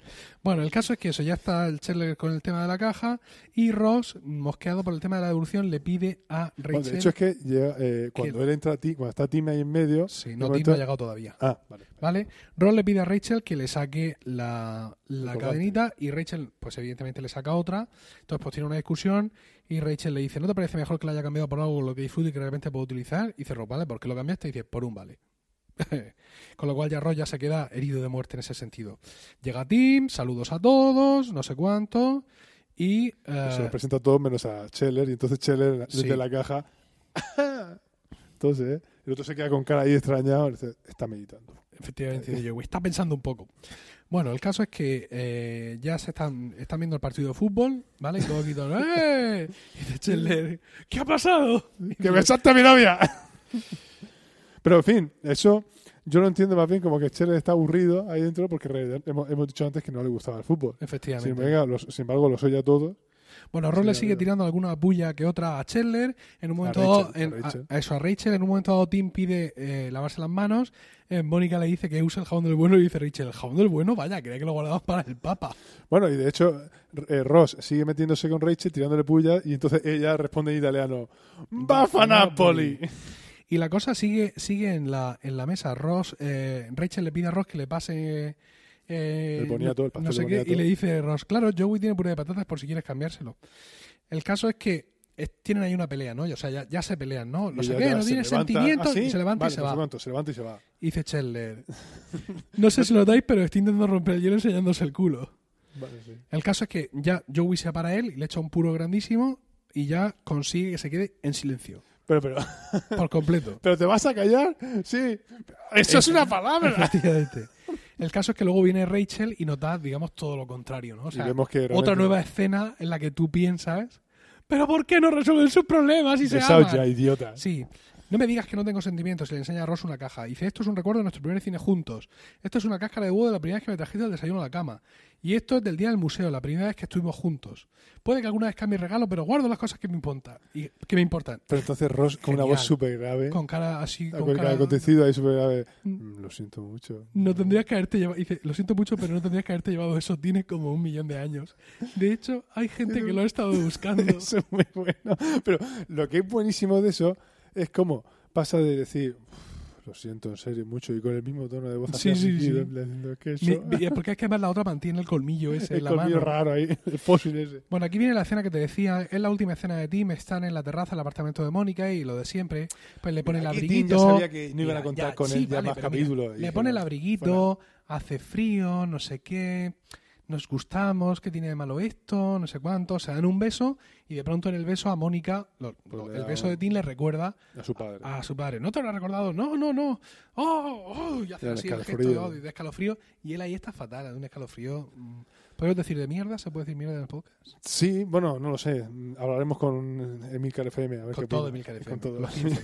Speaker 1: Bueno, el caso es que eso, ya está el Chandler con el tema de la caja y Ross, mosqueado por el tema de la devolución, le pide a Rachel.
Speaker 2: Bueno, de hecho es que llega, eh, cuando
Speaker 1: Que-
Speaker 2: él entra, ti- cuando está Tim ahí en medio.
Speaker 1: Sí,
Speaker 2: de
Speaker 1: no, Tim
Speaker 2: momento-
Speaker 1: no ha llegado todavía.
Speaker 2: Ah, vale.
Speaker 1: ¿Vale? Ross le pide a Rachel que le saque la, la
Speaker 2: Colgante.
Speaker 1: cadenita y Rachel, pues evidentemente le saca otra. Entonces, pues tiene una discusión y Rachel le dice, ¿no te parece mejor que la haya cambiado por algo lo que disfrute y que realmente puedo utilizar? Y dice, Ross, ¿vale? ¿Por qué lo cambiaste? Y dice, por un vale. Con lo cual ya Ross ya se queda herido de muerte en ese sentido. Llega Tim, saludos a todos, no sé cuánto, y... eh,
Speaker 2: Pues Se los presenta a todos menos a Scheller y entonces Scheller
Speaker 1: Sí.
Speaker 2: desde la caja. entonces, eh, el otro se queda con cara ahí extrañado. y dice, Está meditando.
Speaker 1: Efectivamente, dice Joey. Está pensando un poco. Bueno, el caso es que eh, ya se están, están viendo el partido de fútbol, ¿vale? Y todo aquí todo, ¡eh! Y dice Chandler, ¿qué ha pasado?
Speaker 2: ¡Que me salta mi novia! Pero en fin, eso yo lo entiendo más bien como que Scheller está aburrido ahí dentro porque en realidad hemos, hemos dicho antes que no le gustaba el fútbol. Sin
Speaker 1: Efectivamente.
Speaker 2: embargo, los, sin embargo, los oye a todos.
Speaker 1: Bueno, Ross le
Speaker 2: Sí,
Speaker 1: sigue
Speaker 2: amigo.
Speaker 1: tirando alguna bulla que otra a Chandler. En un momento
Speaker 2: A
Speaker 1: dado-
Speaker 2: Rachel,
Speaker 1: en-
Speaker 2: a Rachel.
Speaker 1: a- a eso, a Rachel. En un momento dado, Tim pide eh, lavarse las manos. Eh, Mónica le dice que usa el jabón del bueno y dice Rachel, ¿el jabón del bueno? Vaya, creía que lo guardabas para el papa.
Speaker 2: Bueno, y de hecho, eh, Ross sigue metiéndose con Rachel, tirándole pullas, y entonces ella responde en italiano: ¡Baffa Napoli!
Speaker 1: Y la cosa sigue, sigue en la, en la mesa. Ross, eh, Rachel le pide a Ross que le pase. eh,
Speaker 2: El boniato, el pastel
Speaker 1: no sé
Speaker 2: de
Speaker 1: qué,
Speaker 2: boniato.
Speaker 1: y le dice Ross, claro, Joey tiene puré de patatas por si quieres cambiárselo. El caso es que es- tienen ahí una pelea, ¿no? Y, O sea, ya, ya se pelean, ¿no? No
Speaker 2: Y
Speaker 1: sé
Speaker 2: ya-
Speaker 1: qué,
Speaker 2: ya
Speaker 1: no
Speaker 2: se
Speaker 1: tiene
Speaker 2: levanta.
Speaker 1: sentimientos.
Speaker 2: ¿Ah, sí?
Speaker 1: Y se levanta
Speaker 2: Vale,
Speaker 1: y se
Speaker 2: no sé
Speaker 1: va.
Speaker 2: cuánto, se levanta y se va.
Speaker 1: Y dice Chandler. No sé si lo notáis, pero estoy intentando romper el hielo enseñándose el culo.
Speaker 2: Vale, sí.
Speaker 1: El caso es que ya Joey se para a él y le echa un puro grandísimo y ya consigue que se quede en silencio.
Speaker 2: Pero, pero,
Speaker 1: Por completo.
Speaker 2: pero te vas a callar, sí. Eso es una palabra.
Speaker 1: Efectivamente. El caso es que luego viene Rachel y notas, digamos, todo lo contrario, ¿no? O sea,
Speaker 2: y vemos que
Speaker 1: otra
Speaker 2: realmente-
Speaker 1: nueva escena en la que tú piensas, pero ¿por qué no resuelven sus problemas y se
Speaker 2: Besaos ya,
Speaker 1: aman?
Speaker 2: idiota.
Speaker 1: Sí. No me digas que no tengo sentimientos y le enseña a Ross una caja. Dice, esto es un recuerdo de nuestro primer cine juntos. Esto es una cáscara de huevo de la primera vez que me trajiste del desayuno a la cama. Y esto es del día del museo, la primera vez que estuvimos juntos. Puede que alguna vez cambie regalo, pero guardo las cosas que me importan. Y, que me importan.
Speaker 2: Pero entonces Ross, con una
Speaker 1: Genial.
Speaker 2: voz súper grave,
Speaker 1: Con cara así,
Speaker 2: con
Speaker 1: con
Speaker 2: el
Speaker 1: cara...
Speaker 2: acontecido ahí súper grave,
Speaker 1: Mm.
Speaker 2: "Mm, lo siento mucho.
Speaker 1: No tendrías que haberte llevado, dice, lo siento mucho, pero no tendrías que haberte llevado esos tienes como un millón de años. De hecho, hay gente que lo ha estado buscando.
Speaker 2: Eso es muy bueno. Pero lo que es buenísimo de eso es cómo pasa de decir, "Uf, lo siento en serio mucho, y con el mismo tono de voz.
Speaker 1: Sí,
Speaker 2: así,
Speaker 1: sí, sí.
Speaker 2: le- le- que eso-
Speaker 1: Mi- mi- eh, porque es que además la otra mantiene el colmillo ese en
Speaker 2: el
Speaker 1: la
Speaker 2: colmillo
Speaker 1: mano.
Speaker 2: raro ahí, el fósil ese.
Speaker 1: Bueno, aquí viene la escena que te decía, es la última escena de Tim, están en la terraza del apartamento de Mónica y lo de siempre, pues le pone el
Speaker 2: Aquí
Speaker 1: abriguito.
Speaker 2: Tim ya sabía que no iban
Speaker 1: Mira,
Speaker 2: a contar
Speaker 1: ya,
Speaker 2: con
Speaker 1: sí,
Speaker 2: él ya
Speaker 1: vale,
Speaker 2: más
Speaker 1: pero mira,
Speaker 2: capítulos.
Speaker 1: le pone el abriguito, hace frío, no sé qué, nos gustamos, ¿qué tiene de malo esto? No sé cuánto, se dan un beso y de pronto en el beso a Mónica, lo- lo-
Speaker 2: Pues le
Speaker 1: el
Speaker 2: da
Speaker 1: beso
Speaker 2: un-
Speaker 1: de Tim le recuerda
Speaker 2: a su padre.
Speaker 1: a su padre, ¿no te habrá recordado? No, no, no, oh, oh, y hace
Speaker 2: Era el
Speaker 1: así el gesto
Speaker 2: escalofrío.
Speaker 1: de, odio y de escalofrío y él ahí está fatal, de un escalofrío. mm. ¿Podemos decir de mierda? ¿Se puede decir mierda en el podcast?
Speaker 2: Sí, bueno, no lo sé. Hablaremos con Emilcar FM. A ver
Speaker 1: Con
Speaker 2: qué
Speaker 1: todo
Speaker 2: opina.
Speaker 1: Emilcar FM,
Speaker 2: Con todo.
Speaker 1: los 15.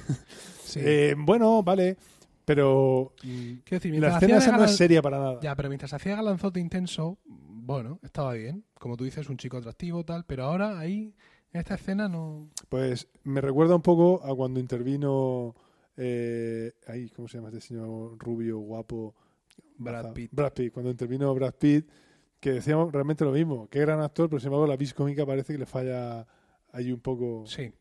Speaker 1: Sí.
Speaker 2: Eh, bueno, vale. Pero mm,
Speaker 1: Quiero decir, mientras
Speaker 2: la
Speaker 1: hacía
Speaker 2: escena esa no
Speaker 1: galan-
Speaker 2: es seria para nada.
Speaker 1: Ya, pero mientras hacía galanzote intenso, bueno, estaba bien. Como tú dices, un chico atractivo, tal, pero ahora ahí, en esta escena, no.
Speaker 2: Pues me recuerda un poco a cuando intervino. Eh, ahí, ¿Cómo se llama este señor rubio, guapo?
Speaker 1: Brad
Speaker 2: Raza-
Speaker 1: Pitt.
Speaker 2: Brad Pitt. Cuando intervino Brad Pitt, que decíamos realmente lo mismo. Qué gran actor, pero sin embargo la vis cómica parece que le falla ahí un poco.
Speaker 1: Sí.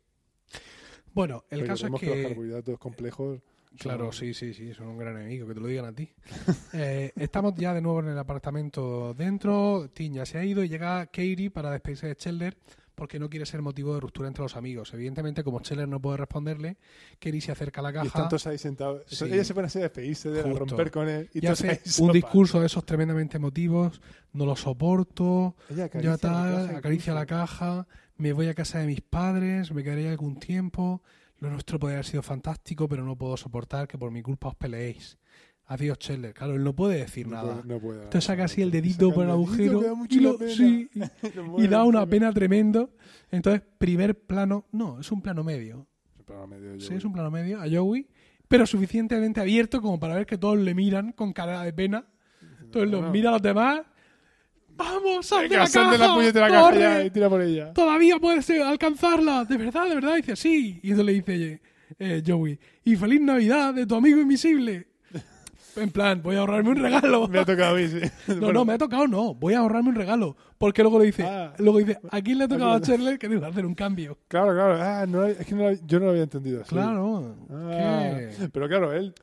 Speaker 1: Bueno, el caso es
Speaker 2: Recordemos los
Speaker 1: que.
Speaker 2: carbohidratos complejos. son-
Speaker 1: Claro, sí, sí, sí, son un gran enemigo, que te lo digan a ti. Eh, estamos ya de nuevo en el apartamento dentro, Tim ya se ha ido y llega Katie para despedirse de Scheller porque no quiere ser motivo de ruptura entre los amigos. Evidentemente, como Scheller no puede responderle, Katie se acerca a la
Speaker 2: Y
Speaker 1: caja.
Speaker 2: están todos ahí sentados.
Speaker 1: Sí.
Speaker 2: Ellos se ponen así a despedirse de él, a
Speaker 1: Justo.
Speaker 2: romper con él. Y
Speaker 1: y
Speaker 2: todos
Speaker 1: hace
Speaker 2: ahí
Speaker 1: un
Speaker 2: sopa.
Speaker 1: discurso de esos tremendamente emotivos, no lo soporto,
Speaker 2: Ella
Speaker 1: ya
Speaker 2: acaricia la
Speaker 1: tal,
Speaker 2: caja
Speaker 1: acaricia la
Speaker 2: incluso.
Speaker 1: caja, me voy a casa de mis padres, me quedaré algún tiempo, lo nuestro podría haber sido fantástico, pero no puedo soportar que por mi culpa os peleéis. Adiós, Scheller. Claro, él no puede decir
Speaker 2: No
Speaker 1: nada.
Speaker 2: puede- no puede,
Speaker 1: Entonces saca
Speaker 2: no
Speaker 1: así el
Speaker 2: puede.
Speaker 1: dedito
Speaker 2: Saca
Speaker 1: por el
Speaker 2: dedito, que da
Speaker 1: agujero
Speaker 2: mucha
Speaker 1: y, lo-
Speaker 2: pena.
Speaker 1: sí, y-
Speaker 2: Lo
Speaker 1: y
Speaker 2: mueve
Speaker 1: da una
Speaker 2: mucho.
Speaker 1: pena tremendo. Entonces, primer plano, no, es un plano medio.
Speaker 2: Es un plano medio,
Speaker 1: Sí,
Speaker 2: Joey.
Speaker 1: es un plano medio a Joey pero suficientemente abierto como para ver que todos le miran con cara de pena. Entonces los
Speaker 2: Bueno.
Speaker 1: mira a los demás. ¡Vamos, sal de
Speaker 2: Venga,
Speaker 1: la
Speaker 2: sal de la
Speaker 1: caja!
Speaker 2: puñetera
Speaker 1: ¡Corre!
Speaker 2: caja ya eh, y tira por ella.
Speaker 1: todavía puedes eh, alcanzarla, de verdad, de verdad. Y dice, sí. Y entonces le dice eh, Joey, y feliz Navidad de tu amigo invisible. En plan, voy a ahorrarme un regalo.
Speaker 2: Me ha tocado a mí, sí.
Speaker 1: No, no, me ha tocado, no. Voy a ahorrarme un regalo. Porque luego le dice,
Speaker 2: Ah.
Speaker 1: luego dice, ¿a quién le ha tocado a
Speaker 2: ¿A quién?
Speaker 1: Chandler que tengo que hacer un cambio?
Speaker 2: Claro, claro. Ah, no, es que no lo- yo no lo había entendido así.
Speaker 1: Claro.
Speaker 2: Ah,
Speaker 1: ¿qué?
Speaker 2: Pero claro, él.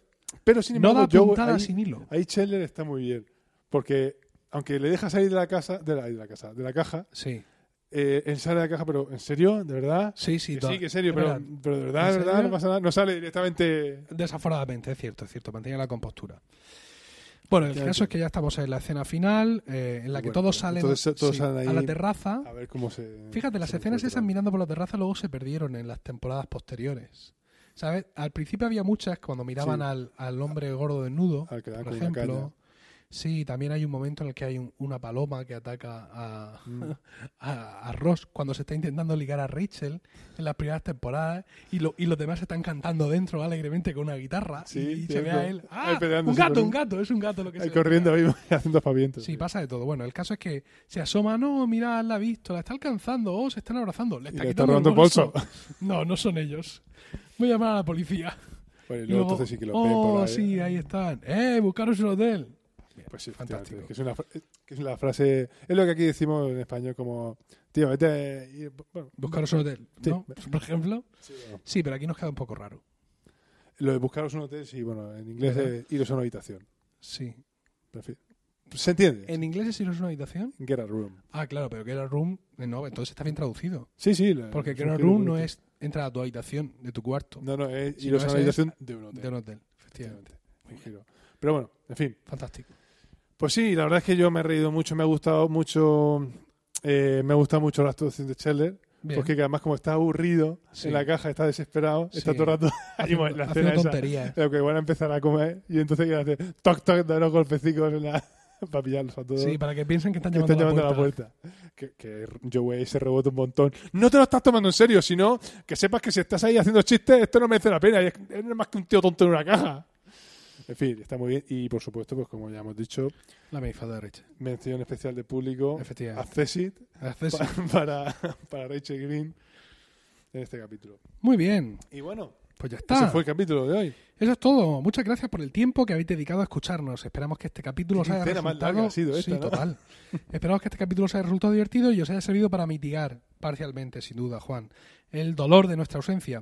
Speaker 2: Pero sin
Speaker 1: No
Speaker 2: embargo,
Speaker 1: da
Speaker 2: Joe-
Speaker 1: puntada
Speaker 2: ahí-
Speaker 1: sin hilo.
Speaker 2: Ahí Scheller está muy bien. Porque aunque le deja salir de la casa, de la, de la casa, de la caja,
Speaker 1: Sí,
Speaker 2: eh, él sale de la caja, pero ¿en serio? ¿De verdad?
Speaker 1: sí, sí.
Speaker 2: Que
Speaker 1: toda-
Speaker 2: sí, que en serio,
Speaker 1: es
Speaker 2: pero,
Speaker 1: verdad.
Speaker 2: pero de verdad,
Speaker 1: ¿En
Speaker 2: de verdad,
Speaker 1: serio?
Speaker 2: no pasa nada. No sale directamente.
Speaker 1: Desaforadamente, es cierto, es cierto. Mantenía la compostura. Bueno, el
Speaker 2: Claro
Speaker 1: caso
Speaker 2: que-
Speaker 1: es que ya estamos en la escena final, eh, en la que
Speaker 2: Bueno,
Speaker 1: todos salen,
Speaker 2: entonces, eh, todos salen
Speaker 1: a la
Speaker 2: ahí.
Speaker 1: terraza.
Speaker 2: A ver cómo se.
Speaker 1: Fíjate, las
Speaker 2: se
Speaker 1: escenas esas
Speaker 2: encuentran.
Speaker 1: mirando por la terraza luego se perdieron en las temporadas posteriores. ¿Sabes? Al principio había muchas cuando miraban
Speaker 2: Sí.
Speaker 1: al, al hombre gordo desnudo,
Speaker 2: Al que le dan
Speaker 1: por
Speaker 2: con una caña.
Speaker 1: ejemplo. Sí, también hay un momento en el que hay un- una paloma que ataca a,
Speaker 2: Mm.
Speaker 1: a, a Ross cuando se está intentando ligar a Rachel en las primeras temporadas y, lo- y los demás están cantando dentro alegremente con una guitarra
Speaker 2: Sí,
Speaker 1: y, y se
Speaker 2: cierto.
Speaker 1: ve a él.
Speaker 2: Ahí
Speaker 1: ¡Ah! Un
Speaker 2: peleándose
Speaker 1: gato,
Speaker 2: con
Speaker 1: un
Speaker 2: un-
Speaker 1: gato, es un gato lo que
Speaker 2: Ahí
Speaker 1: se
Speaker 2: corriendo ahí haciendo aspavientos.
Speaker 1: Sí, pasa de todo. Bueno, el caso es que se asoma, no, mira, la ha visto, la está alcanzando, oh, se están abrazando, le
Speaker 2: Y
Speaker 1: está
Speaker 2: le está
Speaker 1: quitando
Speaker 2: robando
Speaker 1: el
Speaker 2: el
Speaker 1: bolso.
Speaker 2: bolso.
Speaker 1: No, no son ellos. Voy a llamar a la policía.
Speaker 2: Bueno, y
Speaker 1: Y
Speaker 2: luego,
Speaker 1: luego,
Speaker 2: entonces sí que lo ven por
Speaker 1: oh,
Speaker 2: ahí.
Speaker 1: sí, ahí están. Eh, buscaros un hotel.
Speaker 2: Pues sí,
Speaker 1: Fantástico.
Speaker 2: fantástico. Que es, una, fra- que es la frase. Es lo que aquí decimos en español, como. Tío, vete. a- y- bueno,
Speaker 1: Buscaros un hotel,
Speaker 2: Sí.
Speaker 1: ¿no? Por ejemplo.
Speaker 2: sí, bueno.
Speaker 1: Sí, pero aquí nos queda un poco raro.
Speaker 2: Lo de buscaros un hotel, sí, bueno, en inglés
Speaker 1: ¿Verdad?
Speaker 2: es iros a una habitación.
Speaker 1: Sí.
Speaker 2: En fin. Se entiende.
Speaker 1: ¿En inglés es iros a una habitación?
Speaker 2: Get a room.
Speaker 1: Ah, claro, pero que era room. eh, No, entonces está bien traducido.
Speaker 2: Sí, sí. la-
Speaker 1: Porque que
Speaker 2: surgió
Speaker 1: era
Speaker 2: de un
Speaker 1: room no
Speaker 2: hotel.
Speaker 1: es entrar a tu habitación, de tu cuarto,
Speaker 2: No, no, es
Speaker 1: Si
Speaker 2: iros
Speaker 1: no, ese
Speaker 2: a una
Speaker 1: es
Speaker 2: habitación de un hotel.
Speaker 1: de un hotel. Efectivamente.
Speaker 2: efectivamente.
Speaker 1: Muy
Speaker 2: Un
Speaker 1: bien.
Speaker 2: giro. Pero bueno, en fin.
Speaker 1: Fantástico.
Speaker 2: Pues sí, la verdad es que yo me he reído mucho, me ha gustado mucho. eh, me ha gustado mucho la actuación de Scheller.
Speaker 1: Bien.
Speaker 2: Porque que además, como está aburrido
Speaker 1: Sí.
Speaker 2: en la caja, está desesperado,
Speaker 1: Sí.
Speaker 2: está todo el rato. ahí, bueno, la
Speaker 1: Haciendo
Speaker 2: escena esa.
Speaker 1: tonterías.
Speaker 2: Lo que van a empezar a comer y entonces que hace toc toc dar unos golpecicos en la para pillarlos a todos.
Speaker 1: Sí, para que piensen que están
Speaker 2: que
Speaker 1: llamando,
Speaker 2: están llamando
Speaker 1: a la puerta.
Speaker 2: a la puerta. Que, que Joey se rebota un montón. No te lo estás tomando en serio, sino que sepas que si estás ahí haciendo chistes, esto no merece la pena. y es- Eres más que un tío tonto en una caja. En fin, está muy bien. Y por supuesto, pues como ya hemos dicho,
Speaker 1: La minifalda de Rachel.
Speaker 2: mención especial de público a
Speaker 1: Efectivamente.
Speaker 2: Cesit
Speaker 1: Haces-
Speaker 2: pa- para, para Rachel Green en este capítulo.
Speaker 1: Muy bien,
Speaker 2: Y bueno,
Speaker 1: pues ya está.
Speaker 2: ese fue el capítulo de hoy.
Speaker 1: Eso es todo. Muchas gracias por el tiempo que habéis dedicado a escucharnos. Esperamos que este capítulo os
Speaker 2: Qué
Speaker 1: haya
Speaker 2: quincena más
Speaker 1: resultado.
Speaker 2: larga ha sido esta,
Speaker 1: sí,
Speaker 2: ¿no?
Speaker 1: total. Esperamos que este capítulo os haya resultado divertido y os haya servido para mitigar parcialmente, sin duda, Juan, el dolor de nuestra ausencia.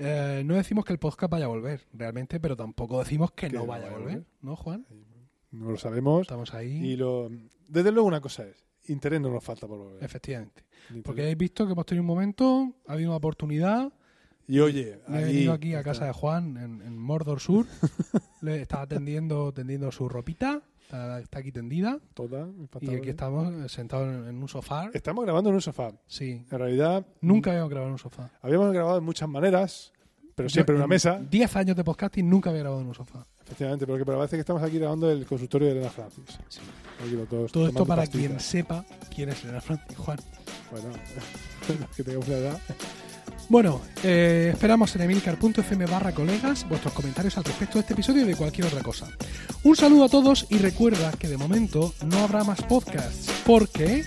Speaker 1: Eh, no decimos que el podcast vaya a volver, realmente, pero tampoco decimos que,
Speaker 2: Que
Speaker 1: no vaya a volver, ¿no, Juan?
Speaker 2: No lo sabemos.
Speaker 1: Estamos ahí,
Speaker 2: Pues, Y lo, desde luego una cosa es, interés no nos falta por volver.
Speaker 1: efectivamente.
Speaker 2: Interés.
Speaker 1: Porque habéis visto que hemos tenido un momento, ha habido una oportunidad,
Speaker 2: y oye,
Speaker 1: Me he
Speaker 2: allí-
Speaker 1: venido aquí a casa de Juan en, en Mordor Sur. Le estaba tendiendo, tendiendo su ropita. Está, está aquí tendida.
Speaker 2: toda,
Speaker 1: Y
Speaker 2: pantalones.
Speaker 1: aquí estamos eh, sentados en, en un sofá.
Speaker 2: Tota, Estamos grabando en un sofá.
Speaker 1: Sí.
Speaker 2: En realidad,
Speaker 1: Nunca habíamos grabado en un sofá.
Speaker 2: habíamos grabado de muchas maneras, pero siempre en
Speaker 1: Yo,
Speaker 2: una mesa,
Speaker 1: 10 años de podcasting nunca había grabado en un sofá.
Speaker 2: efectivamente, porque parece que estamos aquí grabando el consultorio de Elena Francis.
Speaker 1: Sí.
Speaker 2: Aquí los dos
Speaker 1: Todo esto
Speaker 2: tomando
Speaker 1: para
Speaker 2: pastillas.
Speaker 1: quien sepa quién es Elena Francis Juan.
Speaker 2: Bueno, los que tengamos una edad.
Speaker 1: Bueno, eh, esperamos en emilcar.fm barra colegas vuestros comentarios al respecto de este episodio y de cualquier otra cosa. Un saludo a todos y recuerda que de momento no habrá más podcasts porque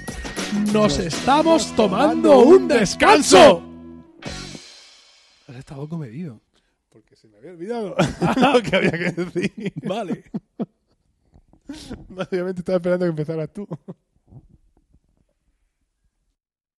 Speaker 1: nos estamos tomando un descanso. Has estado comedido.
Speaker 2: Porque se me había olvidado lo que había que decir.
Speaker 1: Vale.
Speaker 2: Obviamente estaba esperando que empezaras tú.